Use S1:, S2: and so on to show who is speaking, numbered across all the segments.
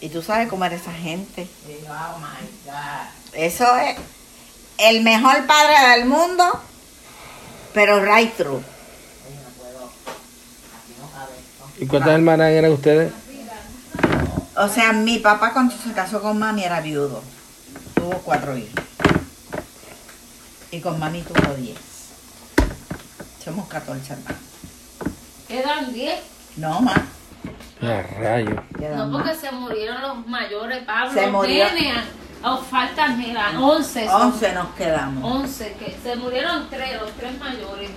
S1: Y tú sabes cómo era esa gente.
S2: Y yo, oh my God.
S1: Eso es el mejor padre del mundo, pero right through.
S2: Oye, no puedo. Aquí no cabe esto.
S3: ¿Y cuántas hermanas eran ustedes?
S1: O sea, mi papá cuando se casó con mami era viudo. Tuvo cuatro hijos. Y con mami tuvo diez. Somos 14 hermanos.
S4: Quedan 10.
S1: No más.
S3: A rayo.
S1: quedan
S4: No,
S1: más.
S4: porque se murieron los mayores, Pablo.
S1: Se murió.
S4: nene, a- a- faltan, mira, 11. son.
S1: 11 nos quedamos.
S4: 11, que se murieron tres, los tres mayores.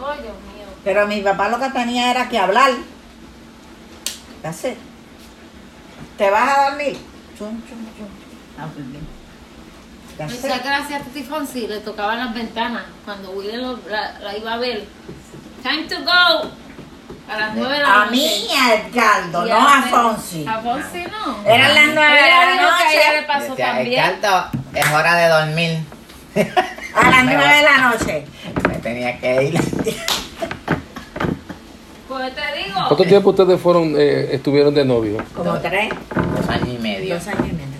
S4: Oh, Dios mío.
S1: Pero mi papá lo que tenía era que hablar. ¿Qué hacer? ¿Te vas a dormir? Chum, chum, chum. Ah, pues A dormir. ¿Qué hacer?
S4: Muchas gracias a Titi Fonsi, le tocaban las ventanas cuando Willy lo- la, la iba a ver. Time to go. A las 9 de la
S1: A
S4: noche.
S1: mí y a Edgardo,
S4: Y
S1: no a
S4: Fer-
S1: Fonsi.
S4: A Fonsi no.
S1: Eran las nueve de
S4: Ella
S1: la
S4: dijo que a ella le
S1: noche.
S4: pasó
S2: Decía,
S4: también.
S2: "Edgardo, es hora de dormir.
S1: A las nueve de la noche.
S2: Me tenía que ir.
S4: Pues te
S3: ¿Cuánto
S4: digo,
S3: tiempo ustedes fueron, eh, estuvieron de novio?
S1: Como tres,
S2: Dos años y medio.
S1: dos años y medio.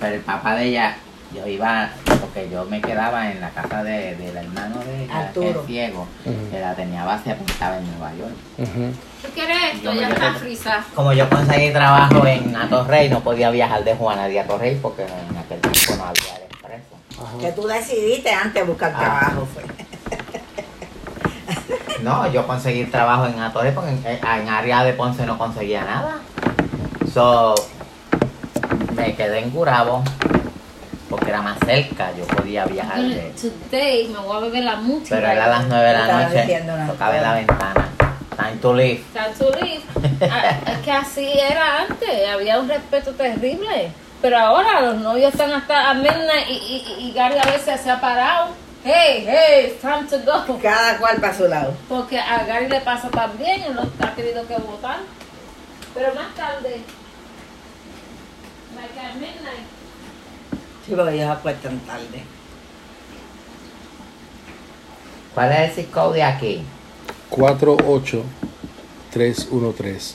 S2: Pero el papá de ella, yo iba, porque yo me quedaba en la casa de- del hermano de ella, que es
S1: Arturo.
S2: ciego,
S3: Ujú.
S2: que la tenía base, pues estaba en Nueva York.
S3: Ujú.
S4: ¿tú quieres esto?
S2: Yo me
S4: Ya está
S2: llevo-
S4: frisa.
S2: Como yo conseguí trabajo en Atorrey, no podía viajar de Juana a Atorrey porque en aquel tiempo no había el expreso.
S1: Que tú decidiste antes de buscar
S2: Ah.
S1: trabajo fue.
S2: No, yo conseguí trabajo en Atorrey porque en, eh, en área de Ponce no conseguía nada. So, me quedé en Gurabo porque era más cerca, yo podía viajar de...
S4: Today me voy a beber la mucha.
S2: Pero era a las 9 de
S1: Mm. Estaba
S2: la noche,
S1: diciendo una
S2: tocaba en la
S1: cosa.
S2: ventana. Time to leave.
S4: Time to leave. Ah, es que así era antes, había un respeto terrible. Pero ahora los novios están hasta a midnight y, y, y- y Gary a veces se ha parado. Hey, hey, it's time to go.
S1: Cada cual para su lado.
S4: Porque a Gary le pasa también, él no está querido que votar. Pero más tarde, like at midnight,
S1: Sí, porque ellos apuestan tarde.
S2: ¿Cuál es el zip code de aquí?
S3: 48313.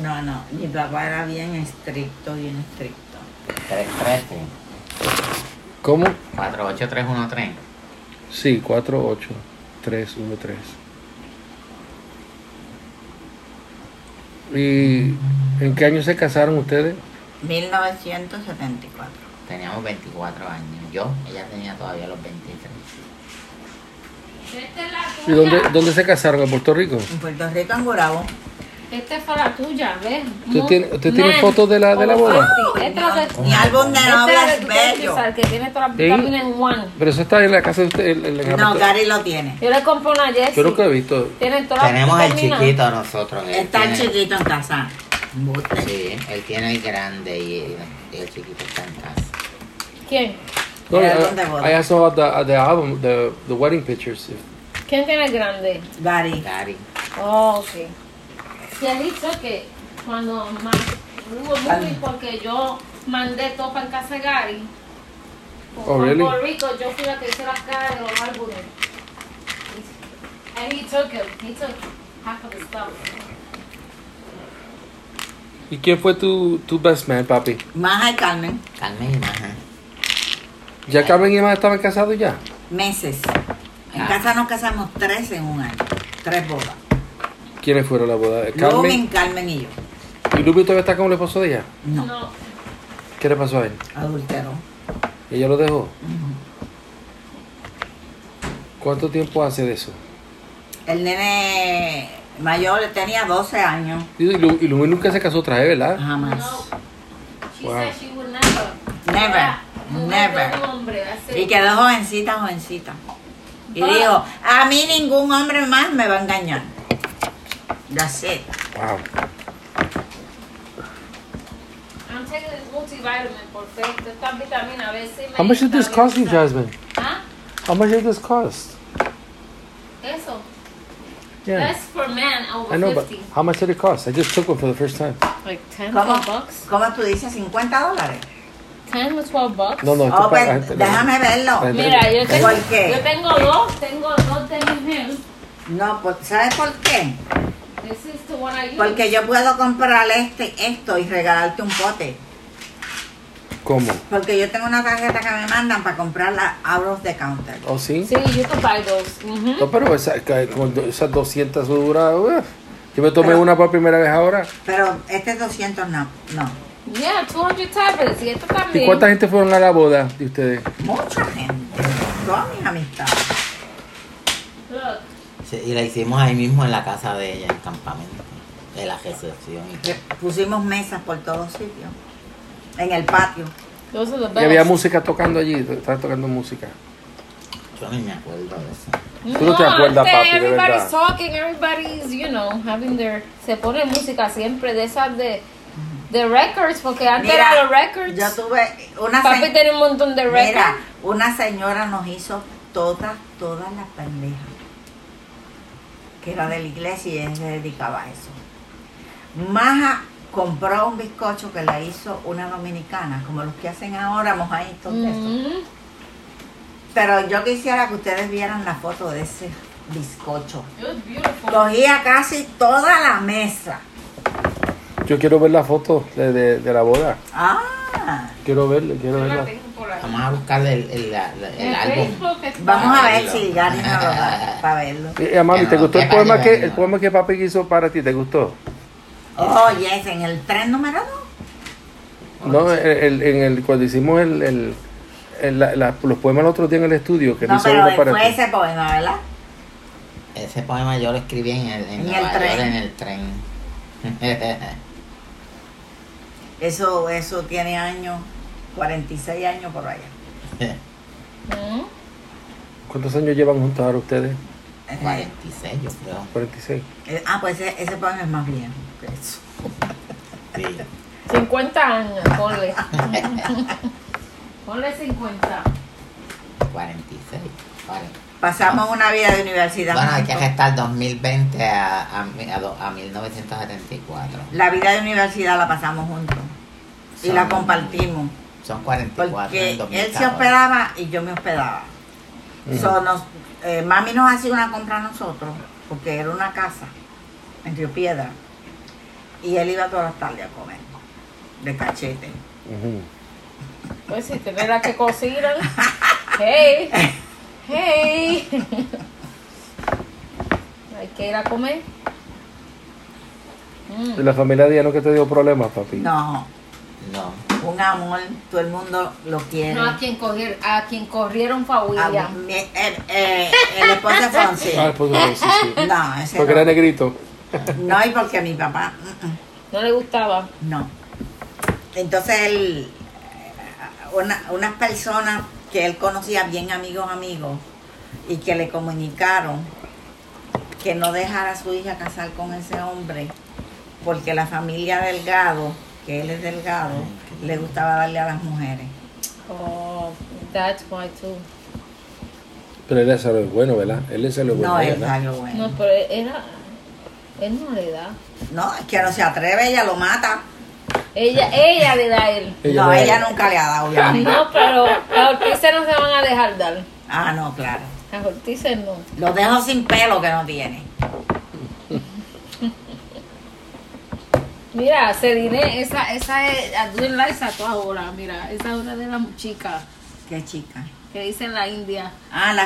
S1: No, no, mi papá era bien estricto, bien estricto.
S2: 313.
S3: ¿Cómo?
S2: 48313.
S3: Sí, 48313. ¿Y en qué año se casaron ustedes?
S1: 1974.
S2: Teníamos 24 años. Yo, ella tenía todavía los 23.
S4: esta es la
S3: ¿Y
S4: tuya.
S3: dónde, dónde se casaron? ¿En Puerto Rico?
S1: En Puerto Rico, en Gurabo.
S4: Esta fue la Este tuya, ¿ves?
S3: ¿Usted
S4: Mo-
S3: tiene- usted tiene
S4: Man,
S3: fotos de la- de la boda?
S4: Esta es la de-
S1: Mi álbum de
S4: Esta
S1: novia
S4: es
S1: es
S4: la que tú
S1: bello.
S4: tienes que usar, que tiene todas las
S3: Sí.
S4: vitaminas en one.
S3: Pero eso está en la casa de usted. en- en la
S1: No,
S3: capital.
S1: Gary lo tiene.
S4: Yo le compro una Jessie.
S3: Yo nunca he visto.
S4: Tienen todas las
S2: Tenemos el
S4: vitaminas.
S2: chiquito nosotros. él
S1: Está el
S2: tiene-
S1: chiquito en casa. Embuste.
S2: Sí, él tiene el grande y, y el chiquito está en casa.
S4: ¿Quién?
S3: No,
S1: Era
S3: I-
S1: donde boda.
S3: I also have the, the album, the, the wedding pictures.
S4: ¿Quién tiene el grande?
S1: Gary.
S2: Gary.
S4: Oh, ok. Se ha dicho que cuando ma- hubo movie, porque yo mandé todo para el casa de Gary. por
S3: Oh, really?
S4: Puerto Rico, yo fui la que hice las caras de los álbumes. And he took it. He took half of the stuff.
S3: ¿Y quién fue tu, tu best man, papi?
S1: Maja y Carmen.
S2: Carmen y Maja.
S1: Eh.
S3: ¿Ya Carmen y más estaban casados ya?
S1: Meses. En
S2: Ah.
S1: casa nos casamos tres en un año. Tres bodas.
S3: ¿Quiénes fueron la boda? de
S1: Carmen,
S3: Carmen.
S1: Carmen y yo.
S3: ¿Y Lupi todavía está con el esposo de ella?
S1: No,
S4: No.
S3: ¿Qué le pasó a él?
S1: adulteró.
S3: ¿Ella lo dejó? ¿Cuánto tiempo hace de eso?
S1: El nene mayor tenía 12 años.
S3: Y Lu- y Lupi nunca se casó otra vez, ¿verdad?
S1: Jamás.
S4: She
S3: Wow.
S4: said she would never.
S1: Never,
S4: Era mujer de
S1: never.
S4: un hombre, así.
S1: Y quedó jovencita, jovencita. Y
S4: But-
S1: dijo, a mí ningún hombre más me va a engañar. That's it.
S3: Wow.
S4: I'm taking this multivitamin por fe. Estas vitaminas a ver si me.
S3: How much did this cost you, Jasmine?
S4: ¿Ah?
S3: How much did this cost?
S4: Eso.
S3: Yeah.
S4: That's for men over
S3: I know, but
S4: 50.
S3: how much did it cost? I just took one for the first time.
S4: Like 10
S1: ¿Cómo,
S4: 12 bucks?
S1: cómo tú dices? ¿50 dólares?
S4: 10 or 12 bucks?
S3: No, no, esto
S1: Oh,
S3: para-
S1: pues,
S3: gente-
S1: déjame verlo.
S4: Mira, yo tengo,
S1: ¿Por qué?
S4: yo tengo dos, tengo dos de mis hijos.
S1: No, pues, ¿sabes por qué?
S4: ¿De this is the one I use.
S1: Porque yo puedo comprar este, esto y regalarte un pote.
S3: ¿Cómo?
S1: Porque yo tengo una tarjeta que me mandan para comprarla out of the counter.
S3: ¿Oh, sí?
S4: Sí, you can buy those. Mhm.
S3: No, pero esa- ca- con do- esas 200 duras. uf. uh, Yo me tomé
S1: Pero-
S3: una por primera vez ahora.
S1: Pero este es 200 no. No.
S4: Yeah, 200 tablets. Y esto
S3: ¿Y
S4: también.
S3: cuánta gente fueron a la boda de ustedes?
S1: Mucha gente. Todas mis amistades.
S4: Look.
S2: Sí, y la hicimos ahí mismo en la casa de ella, en el campamento, en la recepción. y todo.
S1: Le Pusimos mesas por todos sitios. En el patio.
S4: Those are the best.
S3: Y había música tocando allí, estaba tocando música.
S2: Yo ni me acuerdo de eso.
S3: Tú no te acuerdas,
S4: antes
S3: papi, de
S4: este, everybody's
S3: verdad.
S4: talking, everybody's, you know, having their... Se pone música siempre de esas de... De records, porque antes
S1: Mira,
S4: eran los records.
S1: Yo tuve una se-
S4: Papi tenía un montón de records.
S1: Mira, una señora nos hizo todas, todas las pendejas. Que era de la iglesia y ella se dedicaba a eso. Maja compró un bizcocho que la hizo una dominicana, como los que hacen ahora mojaditos de eso.
S4: Mhm.
S1: Pero yo quisiera que ustedes vieran la foto de ese bizcocho.
S4: It was beautiful.
S1: Cogía casi toda la mesa.
S3: Yo quiero ver la foto de, de- de la boda.
S1: Ah,
S3: Quiero verla, quiero
S4: Yo la
S3: verla.
S4: tengo por ahí.
S2: Vamos a buscarle el, el, la- la- el
S4: En
S2: álbum.
S4: Facebook está.
S1: vamos a ver si Gary nos lo da para verlo.
S3: Eh, eh, mami,
S2: Que
S3: ¿te
S2: no,
S3: gustó
S2: que
S3: el poema
S2: vaya,
S3: que,
S2: vaya.
S3: el poema que papi hizo para ti? ¿Te gustó? Este.
S1: Oh, yes, en el tren número dos.
S3: No, el- el- en el, cuando hicimos el, el- el- la- la- los poemas el otro día en el estudio, que él
S1: No,
S3: hizo
S1: pero
S3: uno para
S1: fue
S3: ti.
S1: ese poema, ¿verdad?
S2: Ese poema yo lo escribí en el, en
S1: En el
S2: Nueva York,
S1: tren.
S2: en el tren.
S1: Eso, eso tiene años, 46 años por allá.
S4: Mhm.
S3: ¿Cuántos años llevan juntos ahora ustedes?
S1: Eh,
S2: 46, yo creo.
S3: 46.
S1: eh, ah, pues ese, ese poema es más viejo que eso.
S2: Sí.
S4: 50 años, ponle. ponle 50.
S2: 46. Vale.
S1: Pasamos una vida de universidad.
S2: Bueno, hay que
S1: juntos.
S2: restar 2020 a, a, mi- a, do- a 1974.
S1: La vida de universidad la pasamos juntos y
S2: Son-
S1: la compartimos.
S2: Son 44
S1: Porque
S2: en 2014.
S1: él se hospedaba y yo me hospedaba. So, nos- eh, mami nos hacía una compra a nosotros, porque era una casa en Río Piedra. Y él iba todas las tardes a comer, de cachete.
S3: Ujú.
S4: Pues si te verás que cocinan. Hey. Hey. Hay que ir a comer. Mm.
S3: ¿Y la familia de ella no que te dio problemas, papi?
S1: No,
S2: No.
S1: un amor, todo el mundo lo quiere.
S4: No a quien correr, a quien corrieron fue a
S1: Ah,
S4: William.
S1: mi- eh, eh, el esposo de Fonsi.
S3: Ah, pues, sí, sí.
S1: No, ese
S3: Porque era
S1: no.
S3: negrito.
S1: No, y porque mi papá, mm, mm,
S4: No le gustaba.
S1: no. Entonces él, eh, una- unas personas que él conocía bien amigos, amigos, y que le comunicaron que no dejara a su hija casar con ese hombre, porque la familia Delgado, que él es Delgado, le gustaba darle a las mujeres.
S4: Oh, that's why too.
S3: Pero él es el bueno, ¿verdad? Él es el bueno.
S1: No, es
S3: ¿verdad?
S1: algo bueno.
S4: No, pero era. Él no le da.
S1: No, es que no se atreve, ella lo mata.
S4: Ella, ella le da a él.
S3: Ella
S1: no,
S3: no
S1: ella
S3: era.
S1: nunca le ha dado, obviamente.
S4: No, pero las hortizas no se van a dejar dar.
S1: Ah, no, claro.
S4: Las hortizas no.
S1: Lo dejo sin pelo que no tiene.
S4: Mira, Cedine, esa, esa es a Dwayne Lights a toda hora, mira, esa es una de las chicas
S1: Qué chica.
S4: que dicen la India.
S1: Ah, la